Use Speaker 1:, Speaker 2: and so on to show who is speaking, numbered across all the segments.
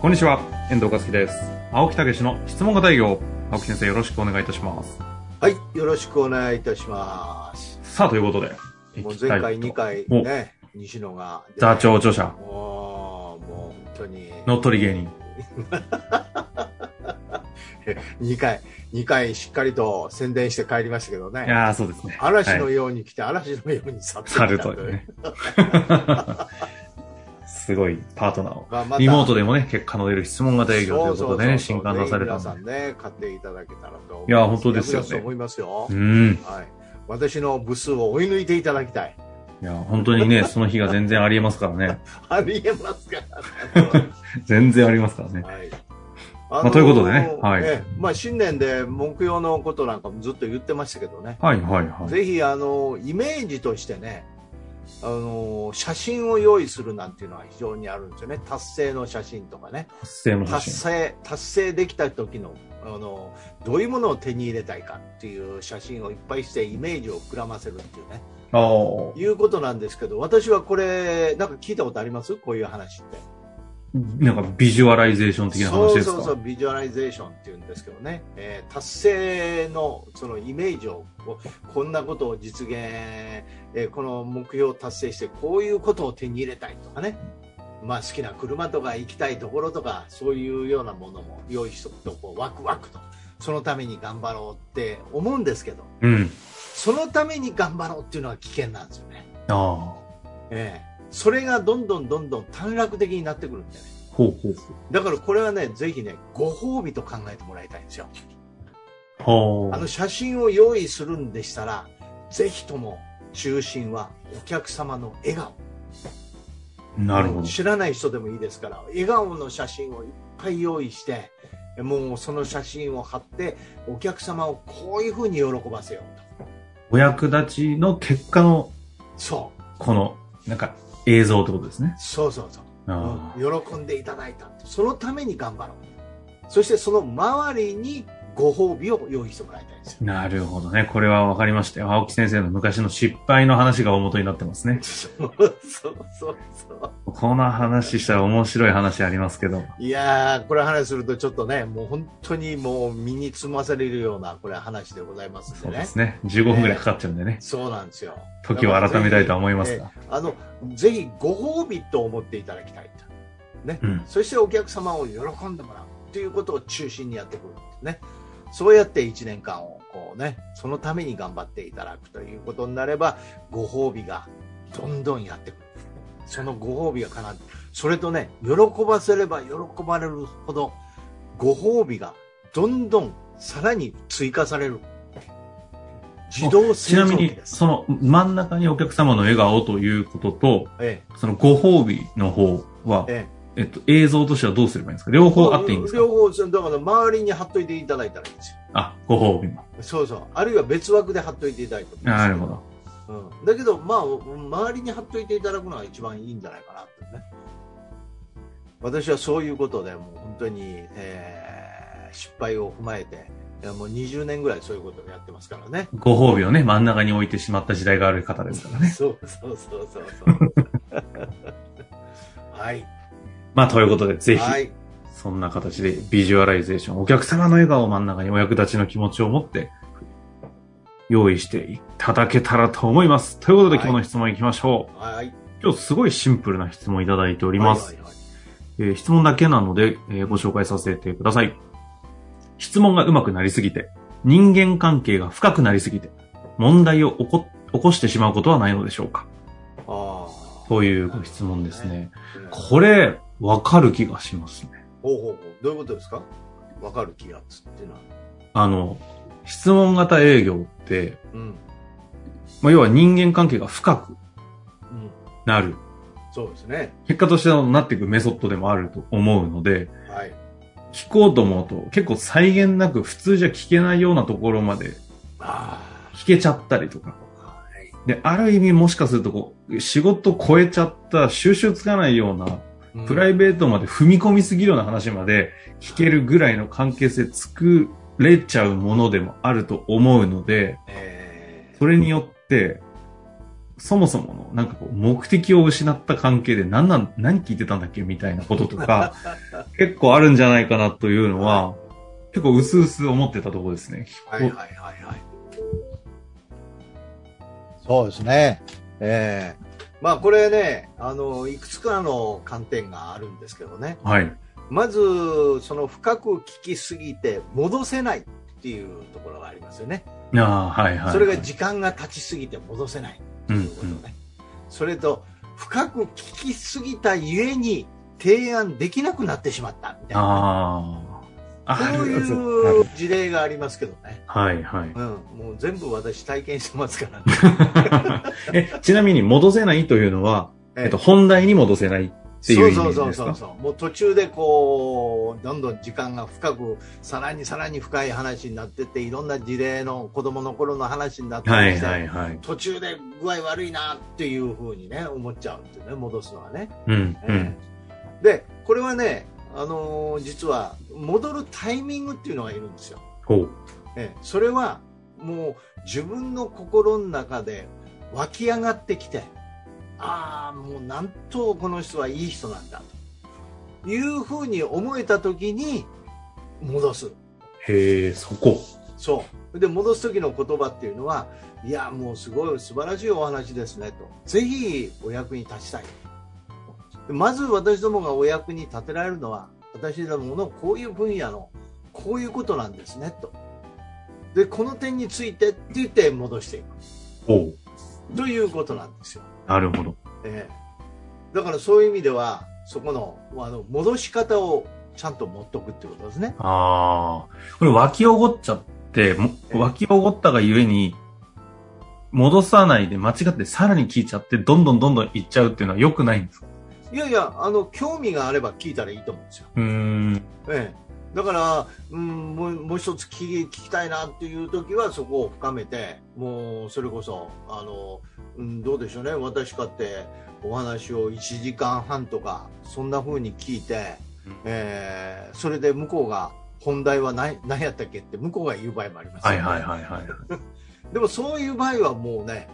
Speaker 1: こんにちは、遠藤和樹です。青木武の質問型営業。青木先生、よろしくお願いいたします。
Speaker 2: はい、よろしくお願いいたします。
Speaker 1: さあ、ということで、
Speaker 2: もう
Speaker 1: 行きた
Speaker 2: 前
Speaker 1: いと
Speaker 2: 回2回
Speaker 1: お
Speaker 2: ね、西野が。
Speaker 1: 座長著者、
Speaker 2: もう、もう本当に。
Speaker 1: 乗っ取り芸人。
Speaker 2: 2回、2回しっかりと宣伝して帰りましたけど
Speaker 1: い
Speaker 2: ね。
Speaker 1: やー、そうですね。
Speaker 2: 嵐の
Speaker 1: はい
Speaker 2: ように来て、嵐のように去ってき
Speaker 1: 去
Speaker 2: た
Speaker 1: るというね。 すごいパートナーを。
Speaker 2: まあまた
Speaker 1: リモートでもね、結果の出る質問型営業ということでね、
Speaker 2: そ
Speaker 1: 新
Speaker 2: うそうそう
Speaker 1: 刊出された
Speaker 2: ぜひ皆さ
Speaker 1: ん
Speaker 2: ん
Speaker 1: で。
Speaker 2: ね、買っていただけたらと思ます。
Speaker 1: いや本当ですよね
Speaker 2: 役立つと思いますよ
Speaker 1: う。ん。
Speaker 2: はい。私の部数を追い抜いていただきたい。
Speaker 1: いや、本当にね、その日が全然ありえますからね。
Speaker 2: ありえますからね。
Speaker 1: 全然ありますからね。
Speaker 2: はい。あ
Speaker 1: まあということでねはい
Speaker 2: ええまあ、新年で目標のことなんかもずっと言ってましたけどね。
Speaker 1: はいはいはい。
Speaker 2: ぜひ、あの、イメージとしてね、あの、写真を用意するなんていうのは非常にあるんですよね。達成の写真とかね。
Speaker 1: 発生の写
Speaker 2: 達
Speaker 1: 真。
Speaker 2: 成、達成できた時の、あの、どういうものを手に入れたいかっていう写真をいっぱいしてイメージを膨らませるっていうね、
Speaker 1: ああ。
Speaker 2: いうことなんですけど、私はこれ、なんか聞いたことありますこういう話って。
Speaker 1: なんかビジュアライゼーション的な話ですか
Speaker 2: そうそうそうビジュアライゼーションっていうんですけどね、えー達成のそのイメージをこうこんなことを実現、えーこの目標を達成してこういうことを手に入れたいとかね、まあ、好きな車とか行きたいところとかそういうようなものも用意しておくとこうワクワクとそのために頑張ろうって思うんですけど
Speaker 1: うん。
Speaker 2: そのために頑張ろうっていうのは危険なんですよね、
Speaker 1: ああ。
Speaker 2: えーそれがどんどんどんどん短絡的になってくるんだよね
Speaker 1: ほうほう
Speaker 2: だからこれはね、ぜひね、ご褒美と考えてもらいたいんですよ。
Speaker 1: ほう。は
Speaker 2: あ
Speaker 1: あ
Speaker 2: の。写真を用意するんでしたら、ぜひとも中心はお客様の笑顔。
Speaker 1: なるほど。
Speaker 2: 知らない人でもいいですから、笑顔の写真をいっぱい用意して、もうその写真を貼って、お客様をこういうふうに喜ばせようと。
Speaker 1: お役立ちの結果の、
Speaker 2: そう、
Speaker 1: この、なんか、映像ってことですね。
Speaker 2: そうそうそう。
Speaker 1: ああ。
Speaker 2: 喜んでいただいた。そのために頑張ろう。そしてその周りにご褒美を用意してもらいたい んですよ。
Speaker 1: なるほどね。これは分かりましたよ。青木先生の昔の失敗の話が大元になってますね。
Speaker 2: そうそうそうそう。
Speaker 1: この話したら面白い話ありますけど。
Speaker 2: いやー、これ話するとちょっとね、もう本当にもう身につまされるような、これ話でございます
Speaker 1: そ
Speaker 2: ん
Speaker 1: う
Speaker 2: で
Speaker 1: で
Speaker 2: ね。
Speaker 1: すね。15分くらいかかっちゃうんでね。
Speaker 2: そうなんですよ。
Speaker 1: 時を改めたいと
Speaker 2: 思い
Speaker 1: 思いますが。
Speaker 2: あの、ぜひご褒美と思っていただきたいと。ね。
Speaker 1: うん。
Speaker 2: そしてお客様を喜んでもらうということを中心にやってくるんですね。そうやって1年間をこうね、そのために頑張っていただくということになれば、ご褒美がどんどんやってくる。そのご褒美が叶って、それとね、喜ばせれば喜ばれるほど、ご褒美がどんどんさらに追加される。自動
Speaker 1: ち
Speaker 2: 製
Speaker 1: な
Speaker 2: 造
Speaker 1: み
Speaker 2: 機
Speaker 1: に、
Speaker 2: です。
Speaker 1: その真ん中にお客様の笑顔ということと、
Speaker 2: え
Speaker 1: そのご褒美の方は
Speaker 2: え、、ええ。
Speaker 1: えっと、映像としてはどうすればいいんですか両方あっていいんですか
Speaker 2: 両方、だから周りに貼っといていただいたらいいんですよ。
Speaker 1: あ、ご褒美も。
Speaker 2: そうそう。あるいは別枠で貼っといていただいてもいいですけ
Speaker 1: なるほど。
Speaker 2: うん、だけど、まあ、周りに貼っといていただくのが一番いいんじゃないかなってね。私はそういうことで、もう本当に、えー失敗を踏まえて、いやもう20年ぐらいそういうことをやってますからね。
Speaker 1: ご褒美をね、真ん中に置いてしまった時代がある方ですからね。
Speaker 2: そうそうそうそう そう。はい。
Speaker 1: まあ、ということで、ぜひ、
Speaker 2: はい。
Speaker 1: そんな形でビジュアライゼーション、お客様の笑顔を真ん中にお役立ちの気持ちを持って、用意していただけたらと思います。ということで、
Speaker 2: はい
Speaker 1: 今日の質問いきましょう。
Speaker 2: はい。
Speaker 1: 今日すごいシンプルな質問いただいております。
Speaker 2: はいはいはい
Speaker 1: えー質問だけなので、えーご紹介させてください。質問が上手くなりすぎて、人間関係が深くなりすぎて、問題を起こ起こしてしまうことはないのでしょうか
Speaker 2: ああ。
Speaker 1: というご質問ですね。
Speaker 2: うん
Speaker 1: これ、わかる気がしますね。
Speaker 2: ほうほうほう。どういうことですかわかる気がつっていうのは。
Speaker 1: あの、質問型営業って、
Speaker 2: うん。
Speaker 1: まあ、要は人間関係が深く
Speaker 2: うん。
Speaker 1: なる
Speaker 2: そうですね。
Speaker 1: 結果としてのなっていくメソッドでもあると思うので、
Speaker 2: はい。
Speaker 1: 聞こうと思うと結構際限なく普通じゃ聞けないようなところまで
Speaker 2: あ
Speaker 1: 聞けちゃったりとか。
Speaker 2: あ。はい。
Speaker 1: で、ある意味もしかするとこう、仕事超えちゃった、収集つかないような、
Speaker 2: うん
Speaker 1: プライベートまで踏み込みすぎるような話まで聞けるぐらいの関係性作れちゃうものでもあると思うので、
Speaker 2: え
Speaker 1: それによって、そもそもの、なんかこう、目的を失った関係で何なん、何聞いてたんだっけみたいなことと か、結構あるんじゃないかなというのは、結構薄々思ってたところですね。
Speaker 2: ーはいはいはいはい。
Speaker 3: そうですね。
Speaker 2: ええまあこれね、あの、いくつかの観点があるんですけどね。
Speaker 1: はい。
Speaker 2: まず、その深く聞きすぎて戻せないっていうところがありますよね。
Speaker 1: ああ、はいはい。
Speaker 2: それが時間が経ちすぎて戻せないということね。
Speaker 1: うん
Speaker 2: それと、深く聞きすぎたゆえに提案できなくなってしまったみたいな。
Speaker 1: ああ。あ
Speaker 2: こう
Speaker 1: るやつ
Speaker 2: いう事例がありますけどね。
Speaker 1: はいはい。
Speaker 2: うん、もう全部私体験してま すから。
Speaker 1: え、ちなみに戻せないというのは、えっと、本題に戻せないっていう意味ですか
Speaker 2: そうそうそうそうもう途中でこうどんどん時間が深くさらにさらに深い話になってっていろんな事例の子供の頃の話になってきて、
Speaker 1: はいはいはい。
Speaker 2: 途中で具合悪いなっていうふうにね思っちゃうんですよね戻すのはね、
Speaker 1: うん
Speaker 2: え
Speaker 1: うん。
Speaker 2: えでこれはねあのー実は戻るタイミングっていうのがいるんですよ、
Speaker 1: ほう。
Speaker 2: ええそれはもう自分の心の中で湧き上がってきてああもうなんとこの人はいい人なんだというふうに思えた時に戻す
Speaker 1: へえ、そこ。
Speaker 2: そうで戻す時の言葉っていうのはいやもうすごい素晴らしいお話ですねとぜひお役に立ちたいでまず私どもがお役に立てられるのは私どものこういう分野のこういうことなんですねとでこの点についてって言って戻していく
Speaker 1: ほう。
Speaker 2: ということなんですよ、
Speaker 1: なるほど。
Speaker 2: ええだからそういう意味ではそこのあの戻し方をちゃんと持っとくってことですね
Speaker 1: ああ。これ、湧き起こっちゃって、も
Speaker 2: ええ
Speaker 1: 湧き起こったがゆえに、戻さないで間違ってさらに聞いちゃって、どんどんどんどん行っちゃうっていうのは良くないんですか
Speaker 2: いやいやあの興味があれば聞いたらいいと思うんですよ
Speaker 1: うーん。
Speaker 2: ええ、だから、うん、もうもう一つ聞き聞きたいなっていう時はそこを深めてもうそれこそあの、うん、どうでしょうね私かってお話を1時間半とかそんな風に聞いて、
Speaker 1: うん
Speaker 2: ええそれで向こうが本題は何何やったっけって向こうが言う場合もありますよ
Speaker 1: は
Speaker 2: ね、
Speaker 1: いはいはいはい。
Speaker 2: でもそういう場合はもうね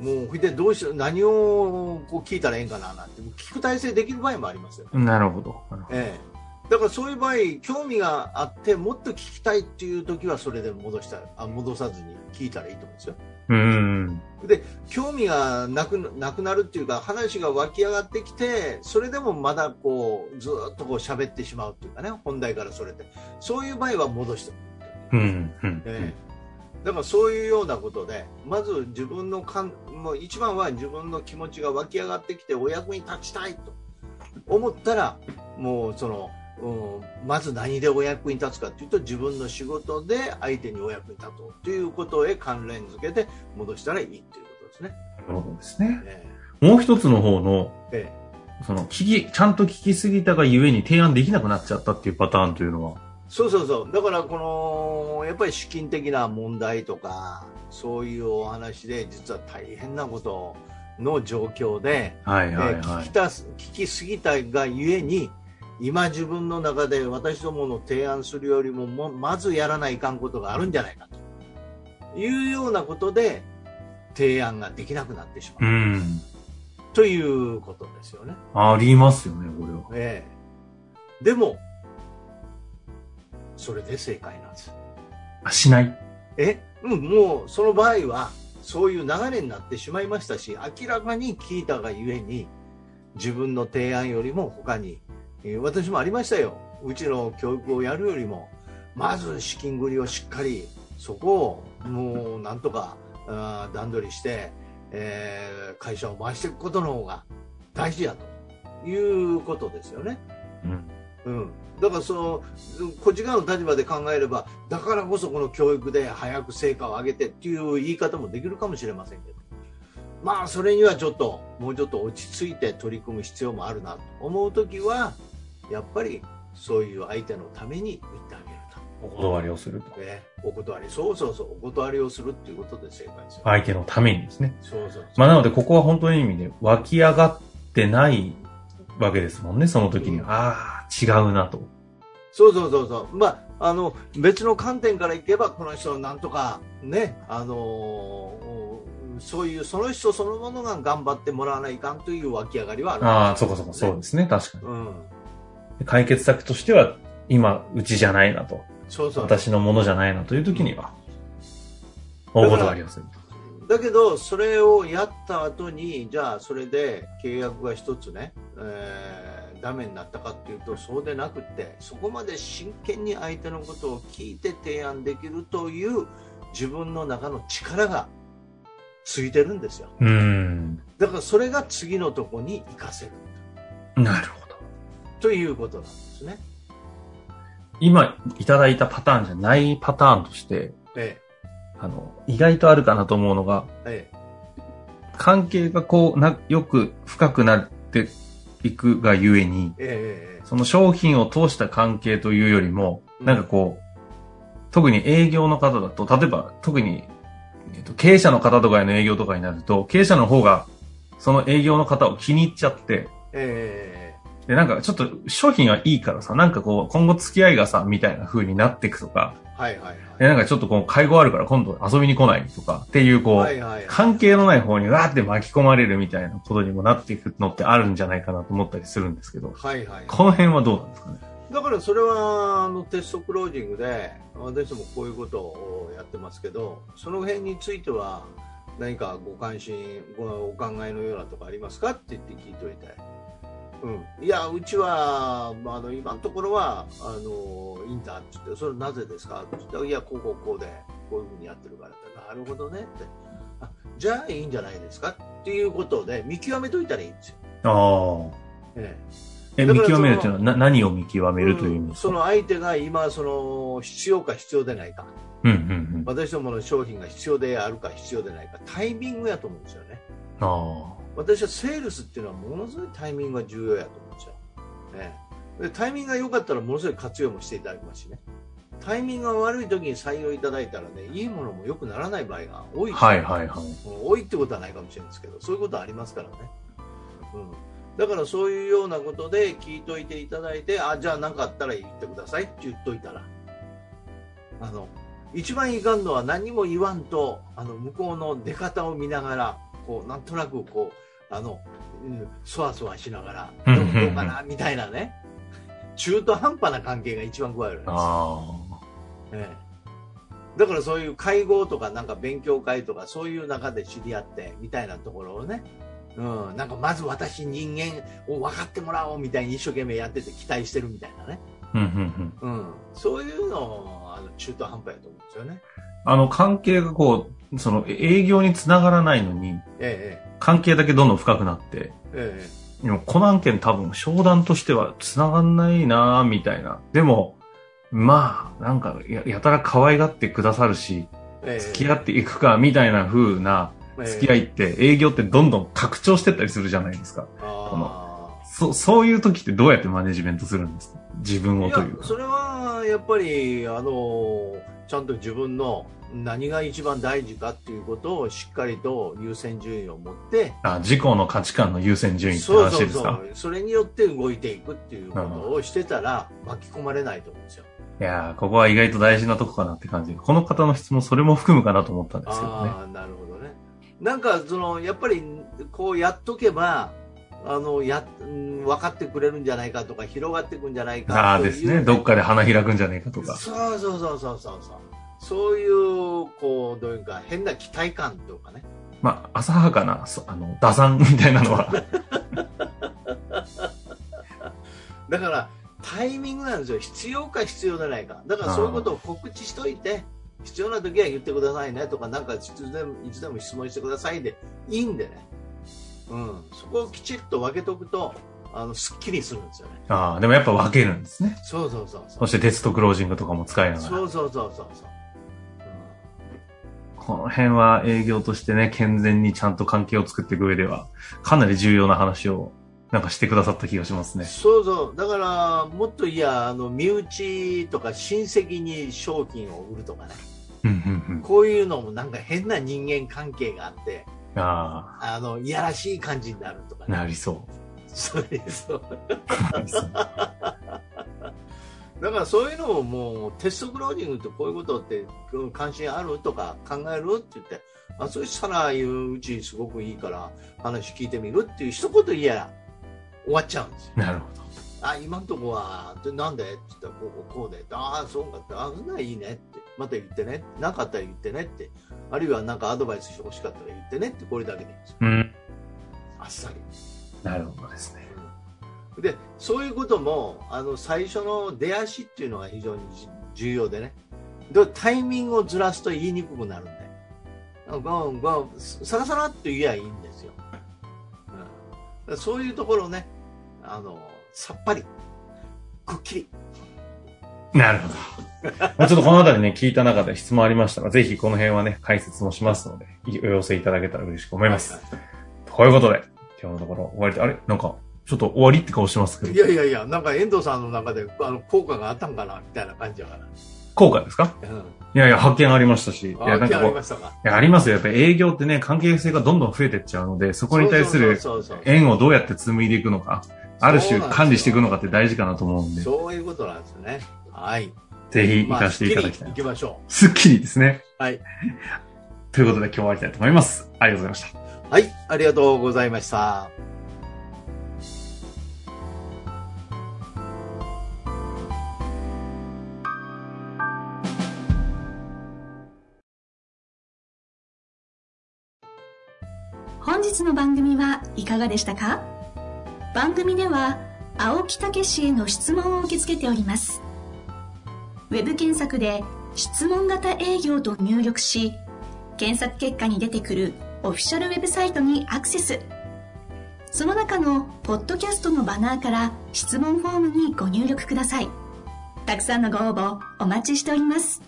Speaker 2: もうほいでどうしよう何をこう聞いたらええんかななんて聞く体制できる場合もありますよ
Speaker 1: なるほど。なるほど
Speaker 2: ええ、だからそういう場合興味があってもっと聞きたいっていう時はそれで戻したあ戻さずに聞いたらいいと思うんですよ
Speaker 1: うーん。
Speaker 2: で興味がなくなくなるっていうか話が湧き上がってきてそれでもまだこうずーっとこう喋ってしまうっていうかね本題からそれてそういう場合は戻して
Speaker 1: うん。うん。
Speaker 2: ええ、だからそういうようなことでまず自分のかんもう一番は自分の気持ちが湧き上がってきてお役に立ちたいと思ったらもうその、うん、まず何でお役に立つかというと自分の仕事で相手にお役に立とうということへ関連付けて戻したらいいということですね。
Speaker 1: なるほどですね。
Speaker 2: え
Speaker 1: もう一つの方の、
Speaker 2: ええ
Speaker 1: その、聞き、ちゃんと聞きすぎたがゆえに提案できなくなっちゃったっていうパターンというのは。
Speaker 2: えそうそうそうだからこのやっぱり資金的な問題とかそういうお話で実は大変なことの状況で
Speaker 1: はい
Speaker 2: え
Speaker 1: はい
Speaker 2: ー
Speaker 1: は
Speaker 2: 聞き
Speaker 1: い。
Speaker 2: たす聞きすぎたがゆえに今自分の中で私どもの提案するよりももまずやらないかんことがあるんじゃないかというようなことで提案ができなくなってし
Speaker 1: う
Speaker 2: まう、
Speaker 1: ん。
Speaker 2: ということですよね。
Speaker 1: ありますよね、これは。
Speaker 2: ええでもそれで正解なんです。
Speaker 1: あ、しない。
Speaker 2: え、うん、もうその場合はそういう流れになってしまいましたし明らかに聞いたがゆえに自分の提案よりも他に、えー私もありましたようちの教育をやるよりもまず資金繰りをしっかりそこをもうなんとかあー段取りして、えー会社を回していくことの方が大事やということですよね。
Speaker 1: うん。
Speaker 2: うん、だからそのこっち側の立場で考えればだからこそこの教育で早く成果を上げてっていう言い方もできるかもしれませんけどまあそれにはちょっともうちょっと落ち着いて取り組む必要もあるなと思う時はやっぱりそういう相手のために言ってあげる
Speaker 1: お断りをすると
Speaker 2: と、。ね、お断りそうそうそうお断りをするっていうことで正解ですよ、
Speaker 1: 相手のためにですね。
Speaker 2: そうそうそう
Speaker 1: まあ、なので、ここは本当に意味で湧き上がってないわけですもんね、その時に。
Speaker 2: うん
Speaker 1: ああ、違うなと。
Speaker 2: そうそうそうそう、まあ、あの別の観点からいけばこの人なんとかね、あのーそういうその人そのものが頑張ってもらわないかんという湧き上がりはある
Speaker 1: ああ、そうかそうか、そうですね、確かに。
Speaker 2: うん、
Speaker 1: で解決策としては、今、うちじゃないなと。
Speaker 2: そうそう
Speaker 1: 私のものじゃないなという時には、お断りをすると。
Speaker 2: だけどそれをやった後にじゃあそれで契約が一つね、えーダメになったかっていうとそうでなくってそこまで真剣に相手のことを聞いて提案できるという自分の中の力がついてるんですよ。
Speaker 1: うーん。
Speaker 2: だからそれが次のとこに行かせる
Speaker 1: なるほど。
Speaker 2: ということなんですね。
Speaker 1: 今いただいたパターンじゃないパターンとして、
Speaker 2: え
Speaker 1: あの、意外とあるかなと思うのが、
Speaker 2: え、ええ、
Speaker 1: 関係がこう、な、よく深くなっていくがゆえに、
Speaker 2: ええ、
Speaker 1: その商品を通した関係というよりも、
Speaker 2: うん
Speaker 1: なんかこう、特に営業の方だと、例えば特に、えっと、経営者の方とかへの営業とかになると、経営者の方が、その営業の方を気に入っちゃって、
Speaker 2: ええ、
Speaker 1: で、なんかちょっと商品はいいからさ、なんかこう、今後付き合いがさ、みたいな風になっていくとか、
Speaker 2: はいはい
Speaker 1: で、なんかちょっとこう、会合あるから今度遊びに来ないとかっていう、こう、
Speaker 2: はい。はいはいはい。
Speaker 1: 関係のない方にわーって巻き込まれるみたいなことにもなっていくのってあるんじゃないかなと思ったりするんですけど、
Speaker 2: はいはい。
Speaker 1: この辺はどうなんですかね。
Speaker 2: だからそれはあのテストクロージングで私もこういうことをやってますけどその辺については何かご関心ごお考えのようなとこありますかって言って聞いといて、うん、いやうちは、まあ、あの今のところはあのインターって言ってそれなぜですかって言ったらいやこうこうこうでこういうふうにやってるからってなるほどねってあじゃあいいんじゃないですかっていうことで見極めといたらいいんですよ。
Speaker 1: ああ。
Speaker 2: ええ
Speaker 1: え、
Speaker 2: だ
Speaker 1: 見
Speaker 2: から
Speaker 1: 極めるっていうのはな、何を見極めるという意味
Speaker 2: うん
Speaker 1: です
Speaker 2: そ
Speaker 1: か
Speaker 2: の相手が今その必要か必要でないか
Speaker 1: うん、うん、うん。あ
Speaker 2: 私どもの商品が必要であるか必要でないかタイミングやと思うんですよね
Speaker 1: あ。
Speaker 2: 私はセールスっていうのはものすごいタイミングが重要やと思うんですよ、ね、でタイミングが良かったらものすごい活用もしていただきますしねタイミングが悪い時に採用いただいたらねいいものも良くならない場合が多いですよ
Speaker 1: はい、はい、はい。
Speaker 2: 多いってことはないかもしれないですけどそういうことはありますからね、うん、だからそういうようなことで聞いといていただいてあじゃあ何かあったら言ってくださいって言っといたらあの一番いかんのは何も言わんとあの向こうの出方を見ながらこうなんとなくこうあの、うん、そわそわしなが
Speaker 1: う
Speaker 2: ら
Speaker 1: ん
Speaker 2: どうどうかなみたいなね中途半端な関係が一番怖いわけですよ
Speaker 1: あ
Speaker 2: ええ、だからそういう会合とかなんか勉強会とかそういう中で知り合ってみたいなところをね、うん、なんかまず私人間を分かってもらおうみたいに一生懸命やってて期待してるみたいなね、
Speaker 1: あ。うん、うん、うん。
Speaker 2: うん、そういうのをあの中途半端やと思うんですよね。
Speaker 1: あの、関係がこう、その、営業につながらないのに、
Speaker 2: ええ
Speaker 1: 関係だけどんどん深くなって、
Speaker 2: ええ
Speaker 1: でもこの案件多分商談としては繋がんないなぁみたいな。でも、まあ、なんかや、やたら可愛がってくださるし、
Speaker 2: ええ
Speaker 1: 付き合っていくか、みたいな風な
Speaker 2: ええ
Speaker 1: 付き合いって、営業ってどんどん拡張してったりするじゃないですか。
Speaker 2: あ
Speaker 1: そ、そういう時ってどうやってマネジメントするんですか自分
Speaker 2: ー
Speaker 1: を
Speaker 2: い
Speaker 1: と
Speaker 2: や
Speaker 1: いうか。
Speaker 2: それはやっぱりあのちゃんと自分の何が一番大事かっていうことをしっかりと優先順位を持って、
Speaker 1: あ、自己の価値観の優先順位って
Speaker 2: そう
Speaker 1: 話
Speaker 2: そう
Speaker 1: です
Speaker 2: そ
Speaker 1: か
Speaker 2: うそれによって動いていくっていうことをしてたら巻き込まれないと思うんですよ。
Speaker 1: いやーここは意外と大事なとこかなって感じで。この方の質問それも含むかなと思ったんですけどね。
Speaker 2: ああーなるほどね。なんかそのやっぱりこうやっとけばあのやうん分かってくれるんじゃないかとか広がっていくんじゃない
Speaker 1: あ
Speaker 2: か
Speaker 1: あ
Speaker 2: と
Speaker 1: ー
Speaker 2: いう
Speaker 1: ですね。どっかで花開くんじゃないかとか。
Speaker 2: そうそうそうそうそうそうそういうこうどういうか変な期待感とかね
Speaker 1: まあ、浅はかな、そあの、打算みたいなの は。
Speaker 2: だからタイミングなんですよ必要か必要じゃないかだからそういうことを告知しといて必要な時は言ってくださいねとかなんかいつでもいつでも質問してくださいでいいんでね、うん、そこをきちっと分けとくとあのすっきりするんですよね
Speaker 1: ああ、でもやっぱ分けるんですね。
Speaker 2: そうそうそうそ
Speaker 1: そうしてテストクロージングとかも使いなが
Speaker 2: そ
Speaker 1: ら。
Speaker 2: うそうそうそうそう、
Speaker 1: この辺は営業としてね、健全にちゃんと関係を作っていく上では、かなり重要な話を、なんかしてくださった気がしますね。
Speaker 2: そうそう、だから、もっといや、あの身内とか親戚に商品を売るとかね、
Speaker 1: うん、うん、
Speaker 2: こういうのもなんか変な人間関係があって、
Speaker 1: うん。あ
Speaker 2: あのいやらしい感じになるとか
Speaker 1: あ、な
Speaker 2: ね、
Speaker 1: りそ
Speaker 2: そうそう
Speaker 1: う。なりそう
Speaker 2: だからそういうのをもう、テストクロージングってこういうことってうん関心あるとか考えるって言って、あそしたらいううちすごくいいから話聞いてみるっていう一言言えや終わっちゃうんですよ。
Speaker 1: なるほど。
Speaker 2: あ今んとこはでなんでって言ったらこうこうこうでああそうかってあそんなんいいねってまた言ってねなかったら言ってねってあるいはなんかアドバイスしてほしかったら言ってねってこれだけでいいんですよ
Speaker 1: うん。
Speaker 2: あっさり、
Speaker 1: なるほどですね。
Speaker 2: うんでそういうこともあの最初の出足っていうのが非常に重要でねでタイミングをずらすと言いにくくなるんであゴンゴンさらさらっと言えばいいんですよ、うんだからそういうところをねあのさっぱりくっきり
Speaker 1: なるほど。まあちょっとこのあたりね、聞いた中で質問ありましたら、ぜひこの辺はね、解説もしますので、お寄せいただけたら嬉しく思います。ということで、今日のところ終わりで、あれなんか、ちょっと終わりって顔してますけ
Speaker 2: い
Speaker 1: ど、
Speaker 2: やいやいや、なんか遠藤さんの中であの効果があったんかなみたいな感じだから。
Speaker 1: 効果ですか
Speaker 2: うん、
Speaker 1: いやいや、発見ありましたし、い
Speaker 2: あ
Speaker 1: や、なんか
Speaker 2: あ
Speaker 1: こ
Speaker 2: り
Speaker 1: う、い
Speaker 2: ましたか。
Speaker 1: や、ありますよ。やっぱ営業ってね、関係性がどんどん増えてっちゃうので、そこに対する
Speaker 2: そうそうそうそう
Speaker 1: 縁をどうやって紡いでいくのか、ある種管理していくのかって大事かなと思うんで、
Speaker 2: そういうことなんですね。はい。
Speaker 1: ぜひ行
Speaker 2: まあ
Speaker 1: かせていただき
Speaker 2: す
Speaker 1: た
Speaker 2: っ
Speaker 1: い
Speaker 2: きり。行きましょ
Speaker 1: すっきりですね。
Speaker 2: う。はい。
Speaker 1: ということで今日は終わりたいと思います。ありがとうございました。
Speaker 2: はい、ありがとうございました。
Speaker 4: 本日の番組はいかがでしたか番組では青木武氏への質問を受け付けておりますウェブ検索で「質問型営業」と入力し検索結果に出てくるオフィシャルウェブサイトにアクセスその中のポッドキャストのバナーから質問フォームにご入力くださいたくさんのご応募お待ちしております